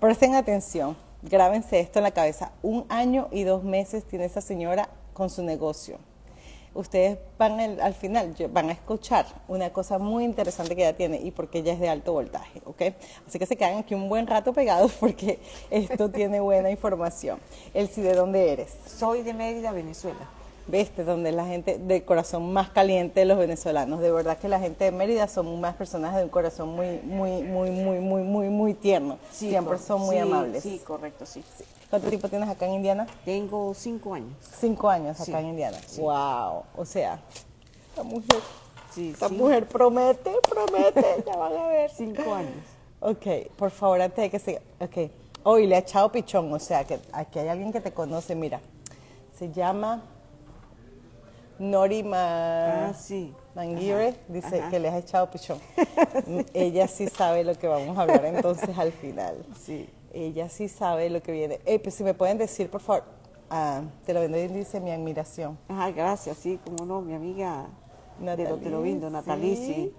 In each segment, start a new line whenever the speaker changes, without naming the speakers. Presten atención, grábense esto en la cabeza. Un año y dos meses tiene esa señora con su negocio. Ustedes van al, al final, yo- van a escuchar una cosa muy interesante que ella tiene y porque ella es de alto voltaje, ¿ok? Así que se quedan aquí un buen rato pegados porque esto tiene buena información. Elsie, ¿de dónde eres?
Soy de Mérida, Venezuela.
Viste, donde la gente de corazón más caliente de los venezolanos. De verdad que la gente de Mérida son unas personas de un corazón muy, muy, muy, muy, muy, muy, muy tierno. Siempre
cor-
son muy
sí,
amables.
Sí, correcto, sí.
¿Cuánto tiempo tienes acá en Indiana?
Tengo cinco años.
Cinco años acá
Sí,
en Indiana.
sí.
Wow. O sea, esta mujer,
Sí,
esta
sí.
mujer promete, promete, ya van a ver.
Cinco años.
Ok, por favor, antes de que se... Ok, hoy le ha echado pichón, o sea, que aquí hay alguien que te conoce, mira. Se llama Norima
Ah, sí.
Manguire, dice
ajá.
que le has echado pichón. Mm, Ella sí sabe lo que vamos a hablar entonces al final.
Sí.
Ella sí sabe lo que viene. Ey, pues si me pueden decir, por favor, ah, te lo vendo y dice mi admiración.
Ajá, Ah, gracias, sí, como no, mi amiga de
Natalí,
Lotelovindo, Natalí, sí.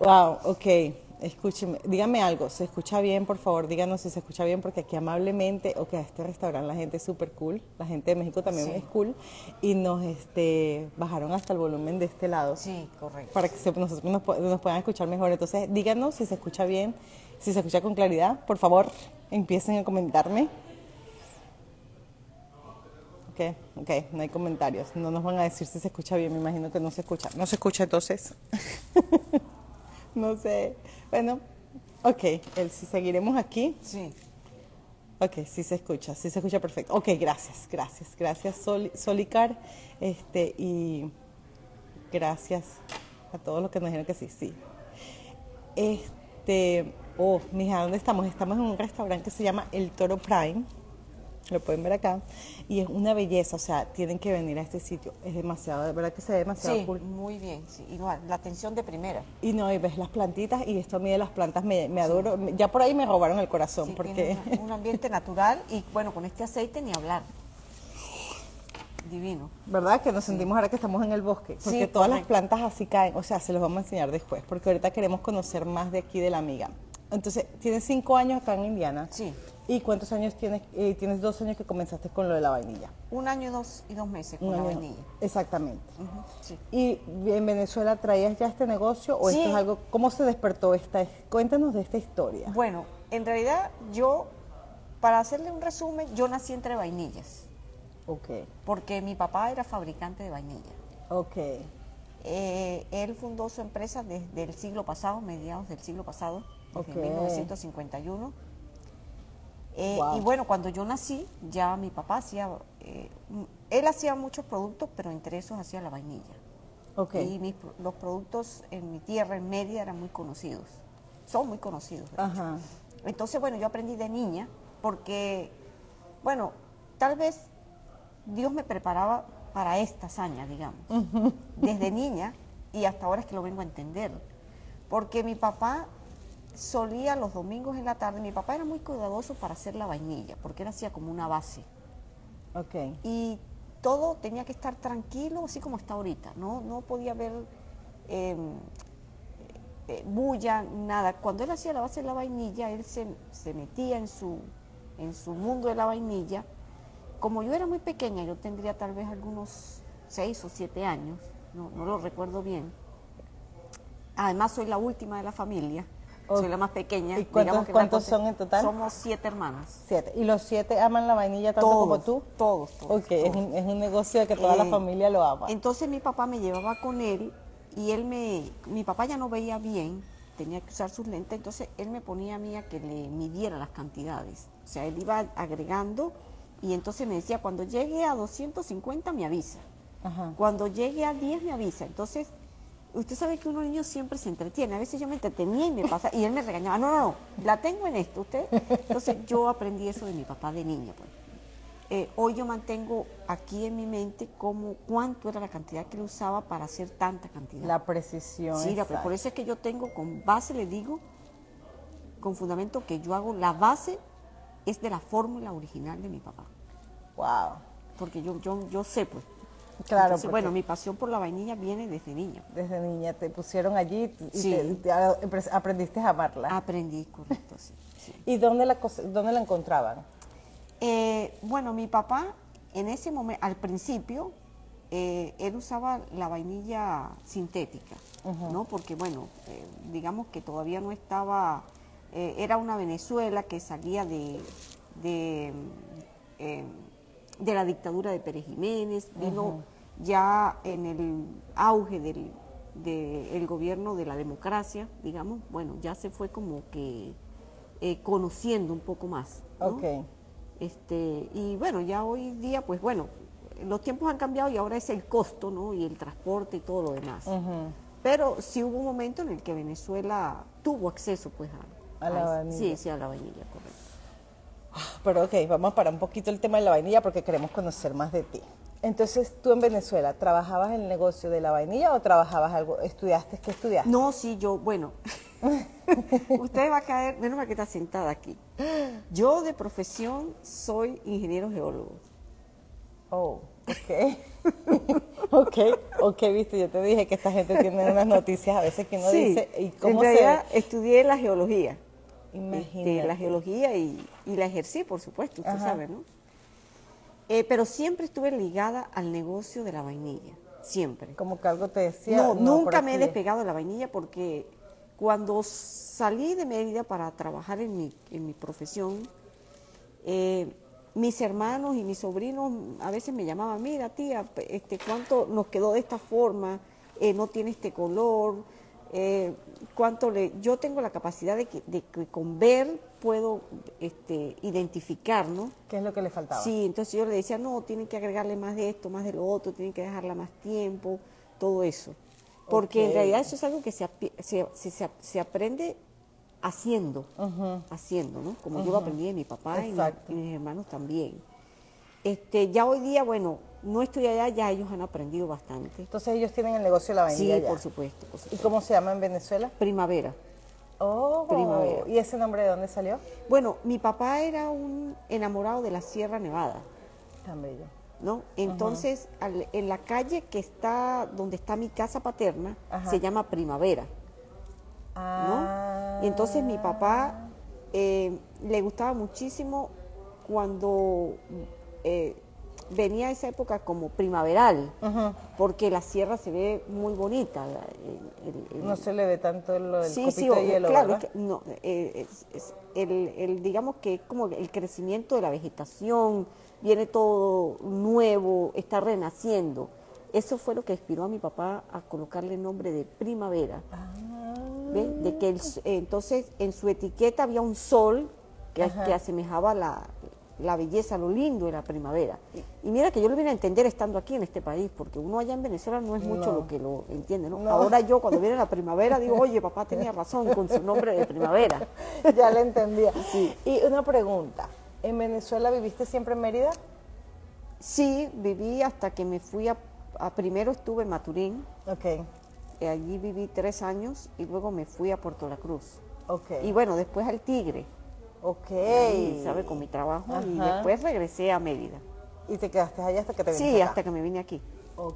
Wow, ok. Escúcheme, dígame algo, ¿se escucha bien? Por favor, díganos si se escucha bien, porque aquí amablemente, ok, a este restaurante la gente es súper cool, la gente de México también
Sí.
es cool, y nos este, bajaron hasta el volumen de este lado,
Sí, correcto.
para que se- nosotros nos, pu- nos puedan escuchar mejor. Entonces, díganos si se escucha bien, si se escucha con claridad, por favor, empiecen a comentarme. Ok, ok, no hay comentarios. No nos van a decir si se escucha bien, me imagino que no se escucha. No se escucha entonces. no sé. Bueno, ok, el, si seguiremos aquí.
Sí.
Ok, sí se escucha, sí se escucha perfecto. Ok, gracias, gracias, gracias Sol- Solicar. Este, y gracias a todos los que nos dijeron que sí, sí. Este, oh, mija, ¿dónde estamos? Estamos en un restaurante que se llama El Toro Prime. Lo pueden ver acá. Y es una belleza, o sea, tienen que venir a este sitio. Es demasiado, de verdad que se ve demasiado
Sí,
cool.
muy bien, sí. Igual, la atención de primera.
Y no, y ves las plantitas, y esto a mí de las plantas me, me adoro. Me- Ya por ahí me robaron el corazón,
Sí,
porque.
tiene una- un ambiente natural y bueno, con este aceite ni hablar. Divino.
¿Verdad? Que nos sentimos ahora que estamos en el bosque.
Sí,
Porque todas las
correcto.
plantas así caen. O sea, se los vamos a enseñar después. Porque ahorita queremos conocer más de aquí de la amiga. Entonces, tienes cinco años acá en Indiana.
Sí.
¿Y cuántos años tienes? eh, tienes dos años que comenzaste con lo de la vainilla.
Un año y dos, y dos meses con
Un
la
año.
vainilla.
Exactamente.
Ujú, sí.
¿Y en Venezuela traías ya este negocio o esto
Sí.
es algo? ¿Cómo se despertó esta? Cuéntanos de esta historia.
Bueno, en realidad yo, para hacerle un resumen, yo nací entre vainillas,
Ok.
porque mi papá era fabricante de vainilla.
Ok.
Eh, él fundó su empresa desde el siglo pasado, mediados del siglo pasado, desde
Ok.
1951. Eh,
Wow.
Y bueno, cuando yo nací, ya mi papá hacía, eh, m- él hacía muchos productos, pero entre esos hacía la vainilla.
Ok.
Y mis pro- los productos en mi tierra, en Mérida, eran muy conocidos. Son muy conocidos. de hecho.
Ajá.
Entonces, bueno, yo aprendí de niña porque, bueno, tal vez Dios me preparaba para esta hazaña, digamos, desde niña y hasta ahora es que lo vengo a entender. Porque mi papá solía los domingos en la tarde, mi papá era muy cuidadoso para hacer la vainilla, porque él hacía como una base
Ok.
y todo tenía que estar tranquilo, así como está ahorita. No, no podía haber eh, eh, bulla, nada. Cuando él hacía la base de la vainilla, él se, se metía en su, en su mundo de la vainilla. Como yo era muy pequeña, yo tendría tal vez algunos seis o siete años, no, no lo recuerdo bien. Además, soy la última de la familia, soy la más pequeña.
Oh. ¿Y cuántos-
digamos que la
cuántos
conse-
son en total?
Somos siete hermanas.
Siete. ¿Y los siete aman la vainilla tanto como
Todos,
tú?
Todos, todos.
Ok, es
todos.
un, es un negocio que toda la
Eh,
familia lo ama.
Entonces mi papá me llevaba con él y él me, mi papá ya no veía bien, tenía que usar sus lentes, entonces él me ponía a mí a que le midiera las cantidades. O sea, él iba agregando y entonces me decía, cuando llegue a 250 me avisa,
Ajá.
cuando llegue a 10 me avisa. Entonces, usted sabe que uno niño siempre se entretiene, a veces yo me entretenía y me pasa, y él me regañaba, no, no, no, la tengo en esto, usted. Entonces yo aprendí eso de mi papá de niña, pues. Eh, hoy yo mantengo aquí en mi mente cómo, cuánto era la cantidad que él usaba para hacer tanta cantidad.
La precisión.
Sí, la-
exacta.
por eso es que yo tengo con base, le digo, con fundamento que yo hago, la base es de la fórmula original de mi papá.
Wow.
Porque yo, yo, yo sé, pues.
Claro,
Entonces,
porque-
bueno, mi pasión por la vainilla viene desde niña.
Desde niña te pusieron allí t- y
Sí. Ah.
te- te a- empre- aprendiste a amarla.
Aprendí, correcto, sí, sí.
¿Y dónde la, cos- dónde la encontraban?
Eh, bueno, mi papá en ese momento, al principio, eh, él usaba la vainilla sintética, ¿no? Porque, bueno, eh, digamos que todavía no estaba, eh, era una Venezuela que salía de, de, mm, eh, de la dictadura de Pérez Jiménez, vino ya en el auge del del gobierno de la democracia, digamos, bueno, ya se fue como que eh, conociendo un poco más. ¿no?
Ok.
Este, y bueno, ya hoy día, pues bueno, los tiempos han cambiado y ahora es el costo, ¿no? Y el transporte y todo lo demás.
Ujú.
Pero sí hubo un momento en el que Venezuela tuvo acceso, pues, a,
A la
a-
vainilla.
Sí, sí, a la vainilla, correcto.
Pero ok, vamos a parar un poquito el tema de la vainilla porque queremos conocer más de ti. Entonces, tú en Venezuela, ¿trabajabas en el negocio de la vainilla o trabajabas algo? ¿Estudiaste? ¿Qué estudiaste?
No, sí, yo, bueno, usted va a caer, menos mal que está sentada aquí. Yo de profesión soy ingeniero geólogo.
Oh, ok. ok, ok, viste, yo te dije que esta gente tiene unas noticias a veces que uno dice, ¿y cómo se
en
ve?
realidad estudié la geología.
Imagínate.
este, la geología y, y la ejercí, por supuesto, usted
Ajá.
sabe, ¿no? Eh, pero siempre estuve ligada al negocio de la vainilla, siempre.
Como que algo te decía.
No,
por
nunca me he
aquí es".
despegado de la vainilla porque cuando salí de Mérida para trabajar en mi, en mi profesión, eh, mis hermanos y mis sobrinos a veces me llamaban, mira tía, pe- este, ¿cuánto nos quedó de esta forma? Eh, no tiene este color. eh, ¿cuánto le... Yo tengo la capacidad de que, de que con ver puedo este, identificar, ¿no?
¿Qué es lo que le faltaba?
Sí, entonces yo le decía, no, tienen que agregarle más de esto, más de lo otro, tienen que dejarla más tiempo, todo eso. Porque en
Ok.
realidad eso es algo que se, api- se, se- se- se aprende haciendo, haciendo, ¿no? Como yo lo aprendí de mi papá y, mi-
Exacto.
y mis hermanos también. Este, ya hoy día, bueno, no estoy allá, ya ellos han aprendido bastante.
Entonces ellos tienen el negocio de la
Sí,
vainilla. ya.
por supuesto, por
¿Y
supuesto.
cómo se llama en Venezuela?
Primavera.
Oh,
Primavera.
¿Y ese nombre de dónde salió?
Bueno, mi papá era un enamorado de la Sierra Nevada.
Tan bello.
¿no? Entonces, al- en la calle que está, donde está mi casa paterna,
Ajá.
se llama Primavera, ¿no?
Ah.
Y entonces mi papá eh, le gustaba muchísimo cuando eh, venía esa época como primaveral,
Ujú.
porque la sierra se ve muy bonita. la- el- el- el-
No se le ve tanto lo del
Sí,
copito
sí,
de
o-
hielo,
claro,
¿verdad?
es que no, eh, es- es el, el, digamos que es como el crecimiento de la vegetación, viene todo nuevo, está renaciendo. Eso fue lo que inspiró a mi papá a colocarle el nombre de primavera.
Ah.
¿ve? De que el s- eh, entonces en su etiqueta había un sol que,
Ajá.
que asemejaba la, la belleza, lo lindo de la primavera. Y mira que yo lo vine a entender estando aquí en este país, porque uno allá en Venezuela no es mucho
No.
lo que lo entiende, ¿no?
No.
Ahora yo cuando viene la primavera digo, oye, papá tenía razón con su nombre de primavera.
ya la entendía. Y una pregunta. ¿En Venezuela viviste siempre en Mérida?
Sí, viví hasta que me fui a, a- primero estuve en Maturín,
Ok,
eh, allí viví tres años y luego me fui a Puerto La Cruz.
ok.
Y bueno, después al Tigre,
ok.
ahí, ¿sabe? Con mi trabajo y
Ajá.
después regresé a Mérida.
¿Y te quedaste allá hasta que te viniste
Sí,
acá?
hasta que me vine aquí.
Ok.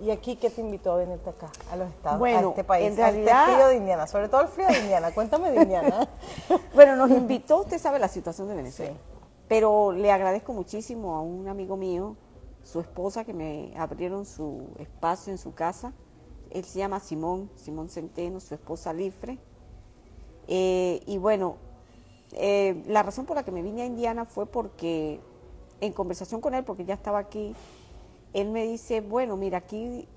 ¿Y aquí qué te invitó a venirte acá, a los Estados,
Bueno,
a este país,
en
a
realidad-
este frío de Indiana? Sobre todo el frío de Indiana. Cuéntame de Indiana.
Bueno, nos invitó, usted sabe la situación de Venezuela.
Sí.
Pero le agradezco muchísimo a un amigo mío, su esposa, que me abrieron su espacio en su casa. Él se llama Simón, Simón Centeno, su esposa Lifre. Eh, y bueno, eh, la razón por la que me vine a Indiana fue porque, en conversación con él, porque ya estaba aquí, él me dice, bueno, mira, aquí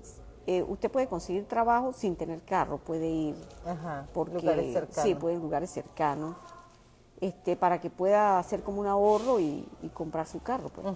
eh, usted puede conseguir trabajo sin tener carro, puede ir
Ajá,
porque
lugares cercanos.
sí, pues lugares cercanos, este, para que pueda hacer como un ahorro y, y comprar su carro. pues.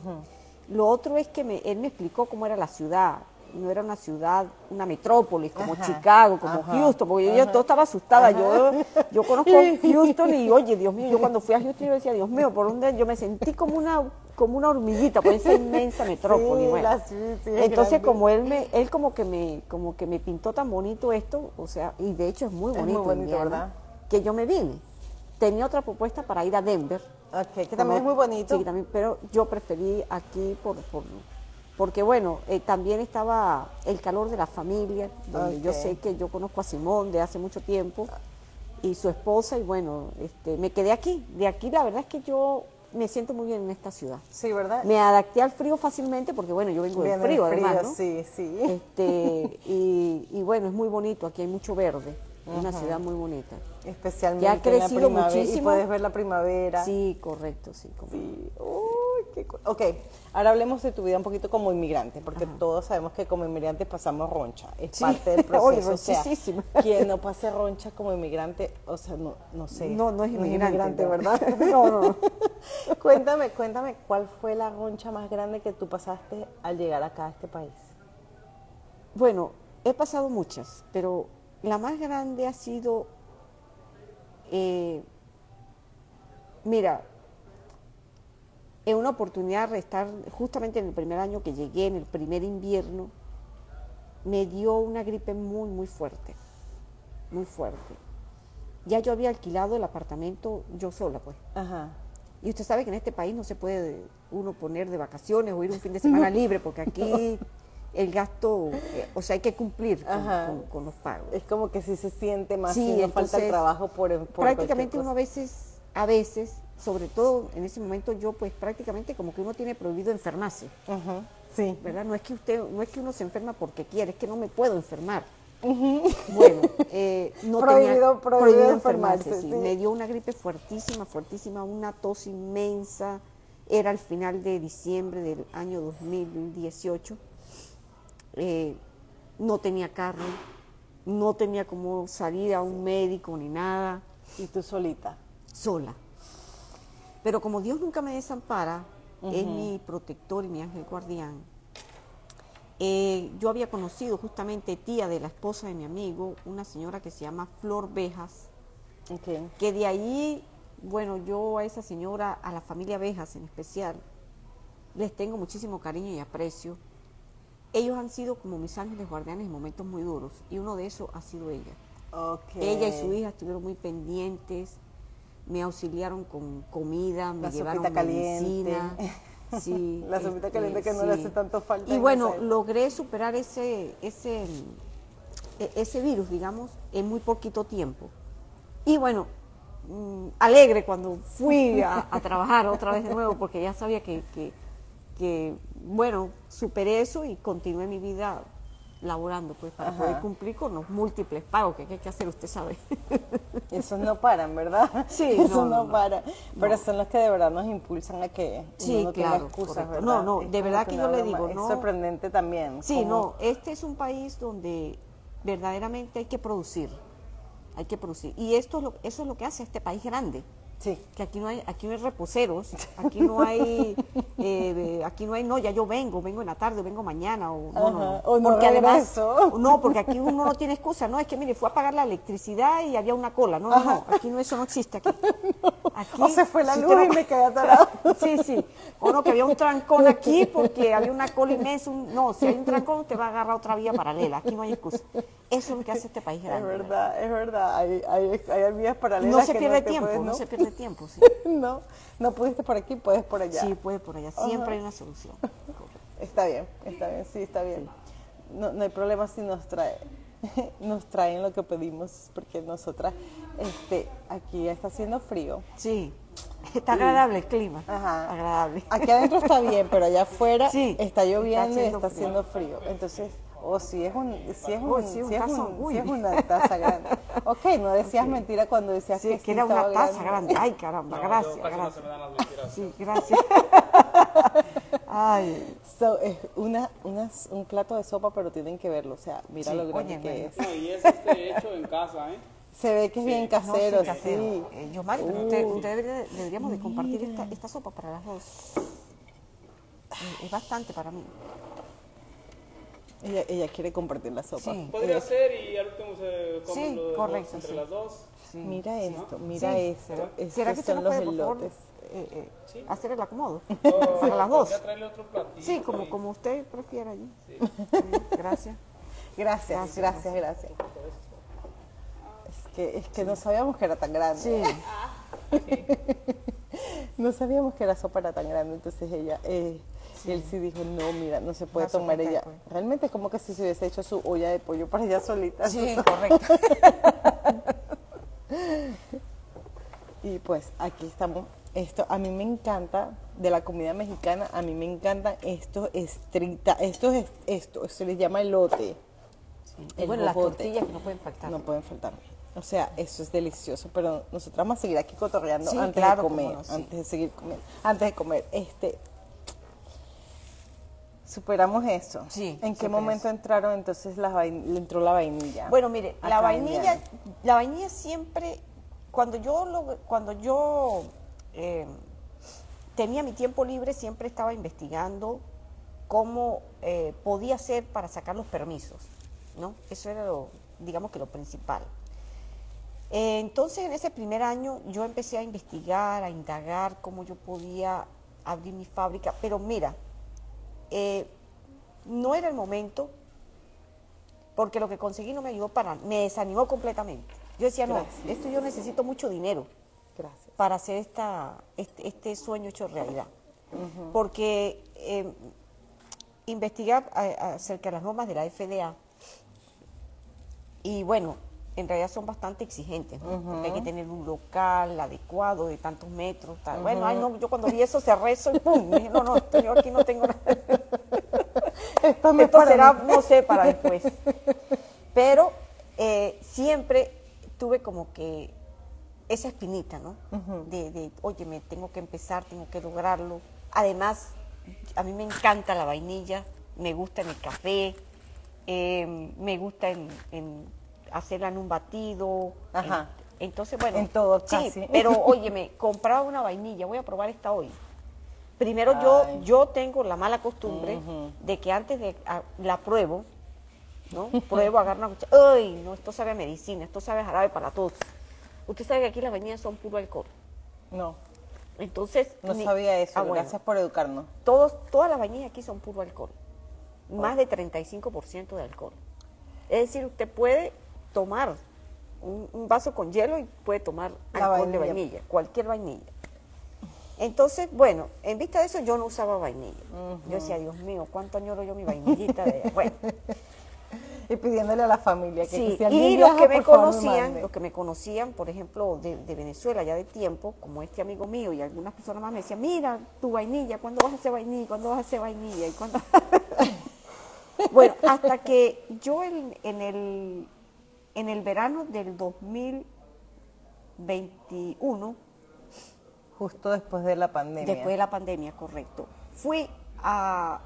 Lo otro es que me- él me explicó cómo era la ciudad. No era una ciudad, una metrópolis como
Ajá,
Chicago, como
ajá,
Houston, porque yo- yo todo estaba asustada. Yo, yo conozco Houston y oye, Dios mío, yo cuando fui a Houston yo decía, Dios mío, por dónde yo me sentí como una como una hormiguita por esa inmensa metrópoli.
Sí,
bueno.
la- sí, sí, es
Entonces,
grande.
como él Pues me, él como que me, como que me pintó tan bonito esto, o sea, y de hecho es muy
Es muy
bonito,
bonito,
Indiana,
¿verdad?
que yo me vine. Tenía otra propuesta para ir a Denver.
Ok, que también es muy bonito.
Sí, también, pero yo preferí aquí por, por, Porque bueno, eh, también estaba el calor de la familia, donde yo
Ok.
sé que yo conozco a Simón de hace mucho tiempo y su esposa y bueno, este, me quedé aquí. De aquí la verdad es que yo me siento muy bien en esta ciudad.
Sí, ¿verdad?
Me adapté al frío fácilmente porque bueno, yo vengo del
Viene el
pues, frío, además, ¿no?
sí, sí.
Este, y, y bueno, es muy bonito, aquí hay mucho verde, es una ciudad muy bonita.
Especialmente
Ya ha
en
crecido
la primavera. Y
muchísimo.
puedes ver la primavera.
Sí, correcto, sí. como-
Sí. Uy, qué co- ok, ahora hablemos de tu vida un poquito como inmigrante, porque todos sabemos que como inmigrantes pasamos roncha, es
Sí.
parte del
Oye,
proceso. o sea,
ronchísima.
quien no pase roncha como inmigrante, o sea, no, no sé.
No, no es inmigrante, no.
¿verdad?
No, no,
cuéntame, cuéntame, ¿cuál fue la roncha más grande que tú pasaste al llegar acá a este país?
Bueno, he pasado muchas, pero la más grande ha sido, eh, mira, en una oportunidad de estar justamente en el primer año que llegué, en el primer invierno, me dio una gripe muy, muy fuerte, muy fuerte. Ya yo había alquilado el apartamento yo sola, pues.
Ajá.
Y usted sabe que en este país no se puede uno poner de vacaciones o ir un fin de semana libre, porque aquí el gasto, eh, o sea, hay que cumplir con,
Ajá.
con- con los pagos.
Es como que sí se siente más
Sí,
y no falta el
entonces,
trabajo por, por cualquier
prácticamente uno
cosa.
a veces, a veces, sobre todo en ese momento yo, pues prácticamente como que uno tiene prohibido enfermarse,
Ajá, Sí.
¿verdad? No es que usted, no es que uno se enferma porque quiere, es que no me puedo enfermar. Bueno, eh, no
Prohibido-
tenía,
prohibido enfermarse,
sí.
sí.
Me dio una gripe fuertísima, fuertísima, una tos inmensa. Era el final de diciembre del año 2018. Eh, no tenía carro, no tenía como salir a un médico ni nada,
Y tú solita.
sola. Pero como Dios nunca me desampara, es mi protector y mi ángel guardián. Eh, yo había conocido justamente tía de la esposa de mi amigo, una señora que se llama Flor Bejas,
Ok.
que de ahí, bueno, yo a esa señora, a la familia Bejas en especial, les tengo muchísimo cariño y aprecio. Ellos han sido como mis ángeles guardianes en momentos muy duros y uno de esos ha sido ella.
Ok.
Ella y su hija estuvieron muy pendientes, me auxiliaron con comida, me
La
llevaron
sopita caliente.
medicina. Sí,
La sopita caliente que no le hace tanto falta
Este, Y
en
bueno,
esa época.
logré superar ese, ese, e- ese virus, digamos, en muy poquito tiempo. Y bueno, mm, alegre cuando fui a, a trabajar otra vez de nuevo, porque ya sabía que, que- que, bueno, superé eso y continué mi vida laborando, pues, para poder cumplir con los múltiples pagos que hay que hacer, usted sabe.
Esos no paran, ¿verdad?
Sí,
Esos no,
no, no, no.
paran. Pero son los que de verdad nos impulsan a que
Sí,
uno no tenga
claro,
excusas,
correcto.
¿verdad?
No, no,
Es
de
como
verdad que
una
yo le
broma.
digo,
Es
no.
sorprendente también.
Sí,
como-
no, este es un país donde verdaderamente hay que producir, hay que producir. Y esto es lo- eso es lo que hace este país grande.
Sí.
que aquí no hay aquí no hay reposeros aquí no hay eh, aquí no hay no ya yo vengo vengo en la tarde o vengo mañana o no, no,
Ajá,
no.
o no
porque además
regreso.
no porque aquí uno no tiene excusa no es que mire fue a pagar la electricidad y había una cola no no, no aquí no eso no existe aquí, Aquí,
O se fue la
si
luz
usted
y
no-
me quedé atorado.
sí sí o no que había un trancón aquí porque había una cola inmensa un- no si hay un trancón te va a agarrar otra vía paralela aquí no hay excusa eso es lo que hace este país
Es
grande
verdad, es verdad. Hay, hay, hay vías paralelas.
no se
que
pierde
te
tiempo
puedes,
no
¿no?
se pierde tiempo sí.
no, no pudiste por aquí, puedes por allá.
Sí, puede por allá. Siempre
Ajá.
hay una solución.
Está bien, está bien, sí, está bien. No, no hay problema si nos trae, nos traen lo que pedimos, porque nosotras, este, aquí está haciendo frío.
Sí. Está agradable el clima.
Ajá.
Agradable.
Aquí adentro está bien, pero allá afuera
Sí,
está lloviendo
está
y
haciendo
está
frío.
haciendo frío. Entonces, o si es un, si es un,
Uy, sí, un
si es
tazón,
un-
uy.
si es una taza grande. Ok, no decías mentira cuando decías
Sí,
que,
que era
estaba
una taza grande. Ay, caramba,
No,
gracias,
yo casi no se
gracias.
me dan las mentiras.
Sí, gracias. Ay,
So, es una, unas- un plato de sopa, pero tienen que verlo. O sea, mira
Sí,
lo grande
oye,
que
bueno.
es.
No, y es este hecho en casa, ¿eh?
Se ve que es bien
no, sí,
casero, sí.
casero. Eh, Yomari, pero usted,
Uh.
usted debería- deberíamos de compartir esta, esta sopa para las dos. Eh, Es- Es bastante para mí.
Ella, ella quiere compartir la sopa. Eh,
Sí.
Podría ser y al último se comen
Sí,
lo de
correcto,
entre
sí.
las dos.
Sí.
Mira esto, mira
Sí.
esto. Estos
¿Será que usted
son
no
los
puede, por favor,
elotes.
eh, eh,
Sí.
hacer el acomodo?
O
Para las dos.
podría traerle otro platito.
Sí, como,
y-
como usted prefiera allí. Sí, Gracias.
Gracias, gracias,
Gracias,
gracias. Es que, es que no sabíamos que era tan grande.
Sí.
No sabíamos que la sopa era tan grande, entonces ella eh, Y él sí dijo, no, mira, no se puede
No se
tomar
puede,
ella.
pues.
Realmente es como que si se hubiese hecho su olla de pollo para ella solita.
Sí, correcto.
Y pues aquí estamos. Esto a mí me encanta de la comida mexicana, a mí me encantan estos estrita, estos es- esto se les llama elote.
Y
El
bueno, las
jojote.
tortillas que no pueden faltar.
No pueden faltar. O sea, eso es delicioso, pero nosotros vamos a seguir aquí cotorreando
Sí,
antes
claro,
de
cómo
comer,
no, sí.
antes de seguir comiendo, antes de comer. Este superamos eso.
Sí,
¿En qué
superé
momento entraron entonces las vain- le entró la vainilla?
Bueno, mire, la
Acá
vainilla,
enviaron.
la vainilla siempre, cuando yo lo- cuando yo eh, tenía mi tiempo libre, siempre estaba investigando cómo eh, podía hacer para sacar los permisos, ¿no? Eso era lo, digamos que lo principal. Eh, entonces, en ese primer año, yo empecé a investigar, a indagar cómo yo podía abrir mi fábrica, pero mira, eh, no era el momento, porque lo que conseguí no me ayudó para, me desanimó completamente. Yo decía, no,
Gracias.
esto yo necesito mucho dinero
Gracias.
para hacer esta, este, este sueño hecho realidad. Porque eh, investigar a- acerca de las normas de la FDA, y bueno, en realidad son bastante exigentes, ¿no? Porque hay que tener un local adecuado de tantos metros. Tal. Bueno, ay, no, yo cuando vi eso cerré eso y pum, dije, no, no, esto yo aquí no tengo nada.
Esto me
Esto
para
será,
mí.
no sé, para después. Pero eh, siempre tuve como que esa espinita, ¿no? de, de, oye, me tengo que empezar, tengo que lograrlo. Además, a mí me encanta la vainilla, me gusta en el café, eh, me gusta en, en hacerla en un batido.
Ajá.
en- entonces, bueno,
En todo,
sí,
casi.
pero óyeme, compraba una vainilla, voy a probar esta hoy. Primero yo,
Ay.
yo tengo la mala costumbre
Ujú.
de que antes de a- la pruebo, ¿no? Pruebo, agarro una cuchara, ¡ay! No, esto sabe a medicina, esto sabe a jarabe para todos. Usted sabe que aquí las vainillas son puro alcohol.
No,
Entonces,
no
ni-
sabía eso.
Ah, bueno.
Gracias por educarnos.
Todos, todas las vainillas aquí son puro alcohol. Más de 35% de alcohol. Es decir, usted puede tomar un, un vaso con hielo y puede tomar
La
alcohol de
vainilla.
vainilla, cualquier vainilla. Entonces, bueno, en vista de eso yo no usaba vainilla. Yo decía, Dios mío, cuánto añoro yo mi vainillita de bueno.
Y pidiéndole a la familia que
Sí,
si alguien
y los
viaja,
que me
por favor, me
conocían,
mande.
los que me conocían, por ejemplo, de, de Venezuela ya de tiempo, como este amigo mío y algunas personas más me decían, mira, tu vainilla, ¿cuándo vas a hacer vainilla? ¿Cuándo vas a hacer vainilla? ¿Y cuándo? bueno, hasta que yo en, en el, en el verano del 2021,
Justo después de la pandemia.
después de la pandemia, correcto, fui a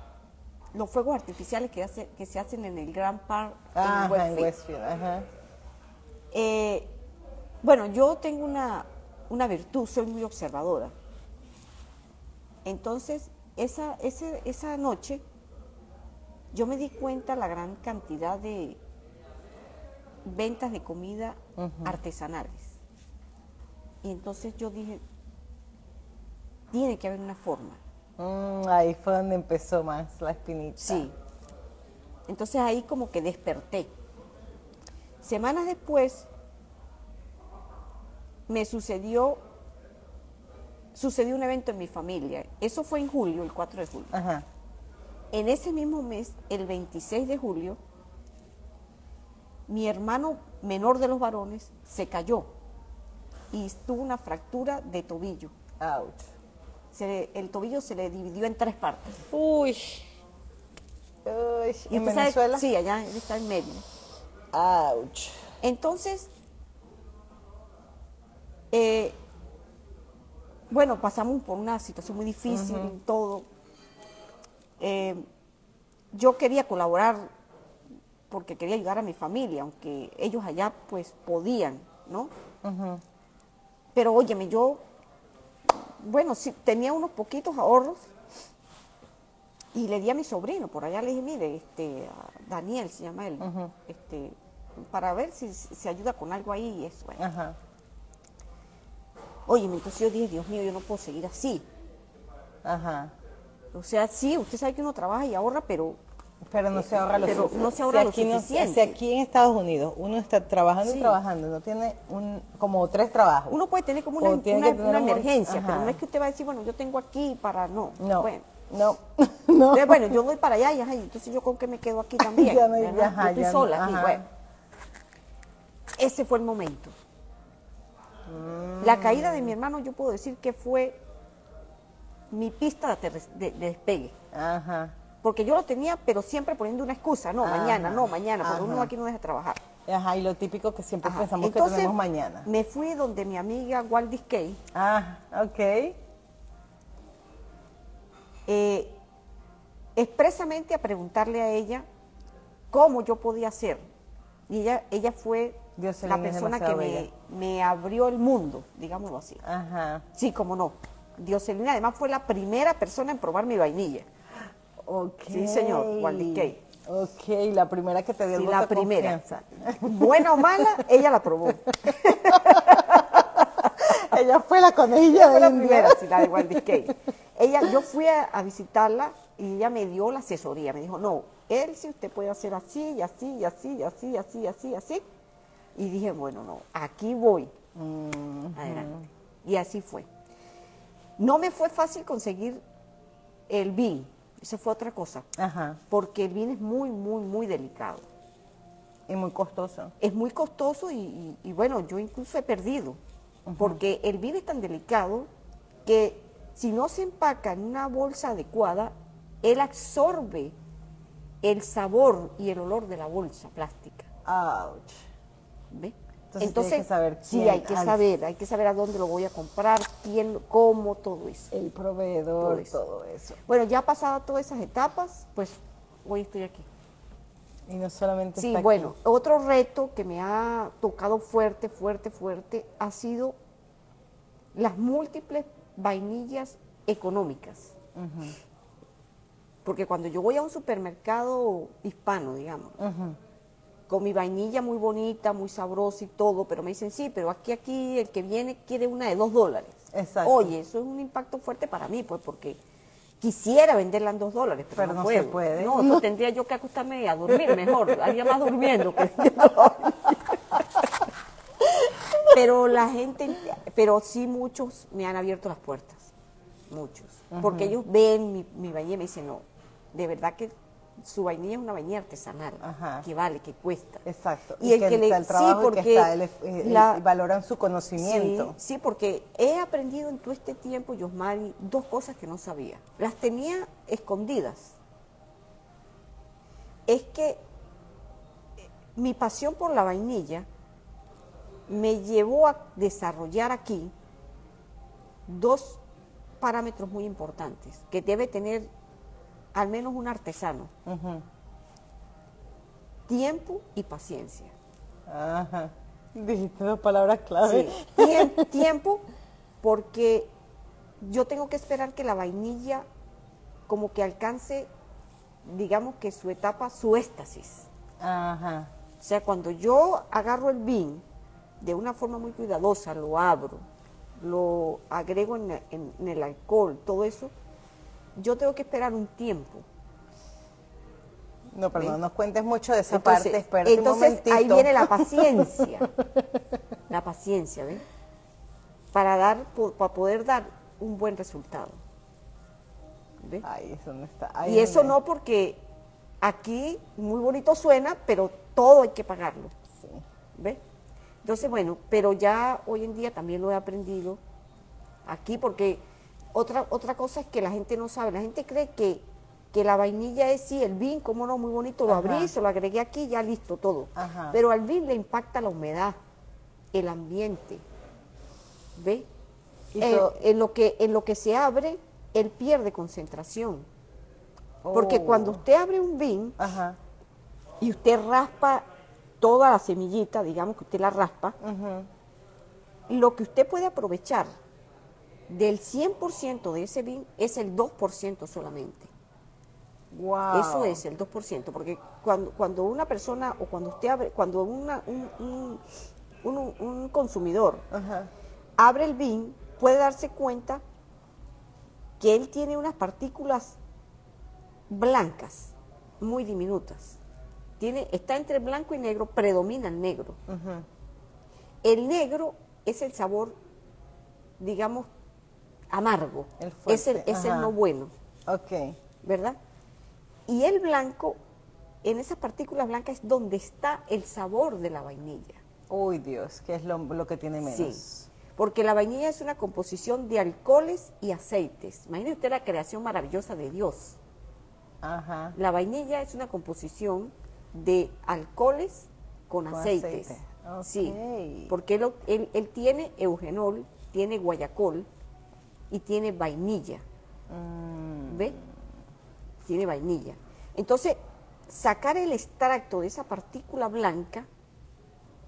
los fuegos artificiales que, hace- que se hacen en el Grand Park
Ajá,
en Westfield.
en Westfield, ajá.
Eh, bueno, yo tengo una, una virtud, soy muy observadora. Entonces, esa, ese- esa noche yo me di cuenta la gran cantidad de ventas de comida artesanales. Y entonces yo dije, tiene que haber una forma.
Mm, ahí fue donde empezó más la espinita.
Sí. Entonces ahí como que desperté. Semanas después me sucedió sucedió un evento en mi familia. Eso fue en julio, el 4 de julio.
Ajá.
En ese mismo mes, el 26 de julio, mi hermano menor de los varones se cayó y tuvo una fractura de tobillo.
Ouch.
Se le- el tobillo se le dividió en tres partes.
Uy. Uy.
Y
¿En
usted sabe-
Venezuela?
sí, allá él está en Mérida.
Ouch.
Entonces, eh, bueno, pasamos por una situación muy difícil y todo. Eh, yo quería colaborar porque quería ayudar a mi familia, aunque ellos allá pues podían, ¿no? Pero óyeme, yo, bueno, sí, tenía unos poquitos ahorros y le di a mi sobrino, por allá le dije, mire, este, a Daniel se llama él, este, para ver si se ayuda con algo ahí y eso. bueno.
Ajá.
Oye, entonces yo dije, Dios mío, yo no puedo seguir así.
Ajá.
O sea, sí, usted sabe que uno trabaja y ahorra, pero
Pero no se ahorra lo
Pero
suficiente.
no se ahorra lo
aquí no-
suficiente.
si aquí en Estados Unidos uno está trabajando
Sí.
y trabajando, no tiene un, como tres trabajos.
uno puede tener como
O
una,
tiene
una-
que tener
una
un-
emergencia,
Ajá.
pero no es que usted va a decir, bueno, yo tengo aquí para no.
No.
Bueno,
No, no.
Entonces, bueno, yo voy para allá y ajá, y entonces yo con que me quedo aquí también.
Ya no hay-
¿verdad?
ajá,
yo estoy
ya no,
sola aquí,
ajá.
bueno. Ese fue el momento.
Mm.
La caída de mi hermano, yo puedo decir que fue mi pista de, aterriz- de- de despegue.
Ajá.
Porque yo lo tenía, pero siempre poniendo una excusa. No,
Ajá,
mañana, no, mañana, porque uno
ajá.
aquí no deja trabajar.
Ajá, y lo típico que siempre
Ajá,
pensamos que
entonces,
tenemos mañana.
Me fui donde mi amiga Waldis Kay.
Ah, ok.
eh, expresamente a preguntarle a ella cómo yo podía hacer. Y ella, ella fue
Dioselina
la
es
persona que
demasiado
me,
bella.
me abrió el mundo, digámoslo así.
Ajá.
Sí, cómo no. Dioselina además fue la primera persona en probar mi vainilla.
Ok.
Sí, señor, Waldi Kay.
Ok, la primera que te dio
Sí,
el voto de
la primera.
confianza.
Buena o mala, ella la probó.
Ella fue la conejilla
Fue
de
la
India.
primera, sí, la de Waldis Kay. Ella, yo fui a, a visitarla y ella me dio la asesoría. Me dijo, no, él sí usted puede hacer así, y así, y así, y así, y así, y así, y así. Y dije, bueno, no, aquí voy. Adelante. Y así fue. No me fue fácil conseguir el BIN. Eso fue otra cosa.
Ajá.
Porque el BIN es muy, muy, muy delicado.
Y muy costoso.
Es muy costoso y, y- y bueno, yo incluso he perdido. Porque el BIN es tan delicado que si no se empaca en una bolsa adecuada, él absorbe el sabor y el olor de la bolsa plástica.
Ouch.
¿Ve?
Entonces, tiene que saber
sí,
quién
hay que
al-
saber, hay que saber a dónde lo voy a comprar, quién, lo- cómo, todo eso.
El
Todo
proveedor,
eso.
todo eso.
Bueno, ya pasada todas esas etapas, pues hoy estoy aquí.
Y no solamente
Sí,
está aquí.
bueno, otro reto que me ha tocado fuerte, fuerte, fuerte, ha sido las múltiples vainillas económicas. Porque cuando yo voy a un supermercado hispano, digamos, con mi vainilla muy bonita, muy sabrosa y todo, pero me dicen, sí, pero aquí, aquí, el que viene quiere una de dos dólares.
Exacto.
Oye, eso es un impacto fuerte para mí, pues, porque quisiera venderla en dos dólares, pero,
Pero
no,
no se
puedo.
puede.
No, eso tendría yo que acostarme a dormir mejor, haría más durmiendo que pero la gente, pero sí muchos me han abierto las puertas, muchos, porque ellos ven mi, mi vainilla y me dicen, no, de verdad que su vainilla es una vainilla artesanal,
Ajá.
que vale, que cuesta.
Exacto.
Y, el que, le,
está el trabajo y
sí,
que
porque
está el, eh, el-
la-
y valoran su
sí,
conocimiento.
sí, porque he aprendido en todo este tiempo, Yosmari, dos cosas que no sabía. Las tenía escondidas. Es que eh, mi pasión por la vainilla me llevó a desarrollar aquí dos parámetros muy importantes que debe tener al menos un artesano.
Ujú.
Tiempo y paciencia.
Ajá. Dijiste dos palabras clave.
Sí, tiem- tiempo, porque yo tengo que esperar que la vainilla como que alcance, digamos que su etapa, su éxtasis.
Ajá.
O sea, cuando yo agarro el vin de una forma muy cuidadosa, lo abro, lo agrego en, la- en- en el alcohol, todo eso, yo tengo que esperar un tiempo.
No, pero
¿Ves?
no nos cuentes mucho de esa
Entonces,
parte. Espérate un
entonces
momentito.
ahí viene la paciencia. la paciencia, ¿ves? Para dar, po- para poder dar un buen resultado. ¿Ves?
Ahí es donde está. Ah, ahí
y
es
eso
donde-
no porque aquí muy bonito suena, pero todo hay que pagarlo.
Sí.
¿Ves? Entonces, bueno, pero ya hoy en día también lo he aprendido aquí, porque otra, otra cosa es que la gente no sabe, la gente cree que, que la vainilla es sí, el vin, cómo no, muy bonito, lo
Ajá.
abrí, se lo agregué aquí, ya listo, todo.
Ajá.
Pero al vin le impacta la humedad, el ambiente, ¿ves?
Y
En-
todo-
en, lo que, en lo que se abre, él pierde concentración. Porque
Oh.
cuando usted abre un vin,
Ajá.
y usted raspa toda la semillita, digamos que usted la raspa, lo que usted puede aprovechar del 100% de ese vin es el 2% solamente.
Wow.
Eso es el 2%, porque cuando, cuando una persona o cuando usted abre, cuando una- un, un- un- un consumidor
Ajá.
abre el vin, puede darse cuenta que él tiene unas partículas blancas, muy diminutas. Tiene, está entre blanco y negro, predomina el negro.
Ujú.
El negro es el sabor, digamos, amargo.
El
es el,
fuerte,
es el
ajá.
no bueno.
Ok.
¿verdad? Y el blanco, en esas partículas blancas es donde está el sabor de la vainilla.
Uy, Dios, que es lo, lo que tiene menos.
Sí, porque la vainilla es una composición de alcoholes y aceites. Imagínese usted la creación maravillosa de Dios.
Ajá.
La vainilla es una composición de alcoholes con,
Con
aceites.
aceite, ok.
Sí, porque él, él- él tiene eugenol, tiene guayacol y tiene vainilla.
mm,
¿Ve? Tiene vainilla. Entonces, sacar el extracto de esa partícula blanca,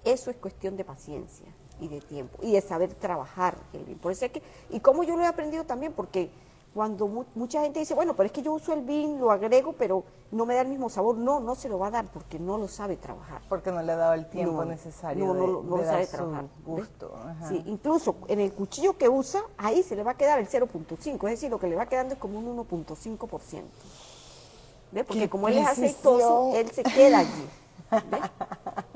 eso es cuestión de paciencia y de tiempo y de saber trabajar. Kelvin. Por eso es que, y como yo lo he aprendido también, porque cuando mu- mucha gente dice, bueno, pero es que yo uso el vin, lo agrego, pero no me da el mismo sabor. No, no se lo va a dar porque no lo sabe trabajar.
Porque no le ha dado el tiempo
No,
necesario
no, no,
de,
lo- no
de
lo
dar
sabe
su
trabajar. ¿ves?
gusto. Ajá.
Sí, incluso en el cuchillo que usa, ahí se le va a quedar el 0.5, es decir, lo que le va quedando es como un 1.5%. ¿Ve? Porque
¡Qué
como él es
precisión!
aceitoso, él se queda allí. ¿ve?